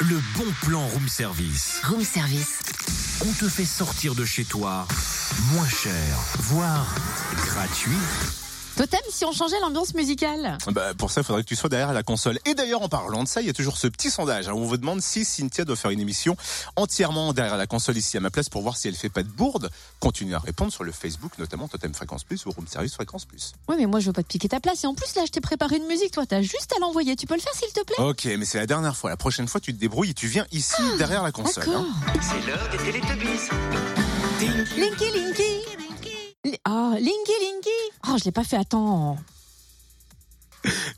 Le bon plan room service. Room service. On te fait sortir de chez toi moins cher, voire gratuit. Totem, si on changeait l'ambiance musicale Bah, pour ça, il faudrait que tu sois derrière la console. Et d'ailleurs, en parlant de ça, il y a toujours ce petit sondage hein, où on vous demande si Cynthia doit faire une émission entièrement derrière la console ici à ma place pour voir si elle fait pas de bourde. Continuez à répondre sur le Facebook, notamment Totem Fréquence Plus ou Room Service Fréquence Plus. Oui, mais moi je veux pas te piquer ta place. Et en plus, là, je t'ai préparé une musique, toi, t'as juste à l'envoyer. Tu peux le faire, s'il te plaît Ok, mais c'est la dernière fois. La prochaine fois, tu te débrouilles et tu viens ici derrière Oh, la console. D'accord. hein. C'est l'heure des Télétubbies. Linky, Linky Li- Oh, Linky, Linky Oh, je l'ai pas fait à temps.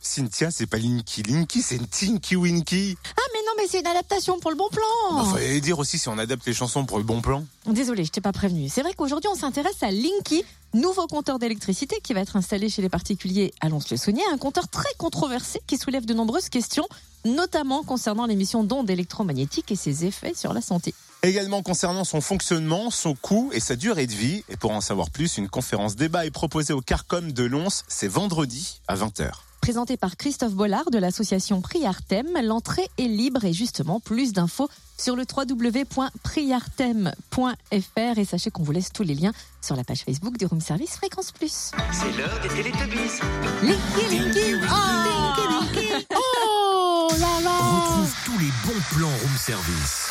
Cynthia, c'est pas Linky Linky, c'est Tinky Winky. Ah, mais non, mais c'est une adaptation pour le bon plan Bah, fallait dire aussi si on adapte les chansons pour le bon plan. Désolée, je t'ai pas prévenu. C'est vrai qu'aujourd'hui, on s'intéresse à Linky, nouveau compteur d'électricité qui va être installé chez les particuliers à lons le saunier un compteur très controversé qui soulève de nombreuses questions, notamment concernant l'émission d'ondes électromagnétiques et ses effets sur la santé. Également concernant son fonctionnement, son coût et sa durée de vie. Et pour en savoir plus, une conférence débat est proposée au Carcom de Lons. C'est vendredi à 20h. Présenté par Christophe Bollard de l'association Priartem, l'entrée est libre et justement plus d'infos sur le www.priartem.fr et sachez qu'on vous laisse tous les liens sur la page Facebook du Room Service Fréquence Plus. C'est l'heure des Télétubbies. Linky Linky Oh, Oh là là Retrouve tous les bons plans room service.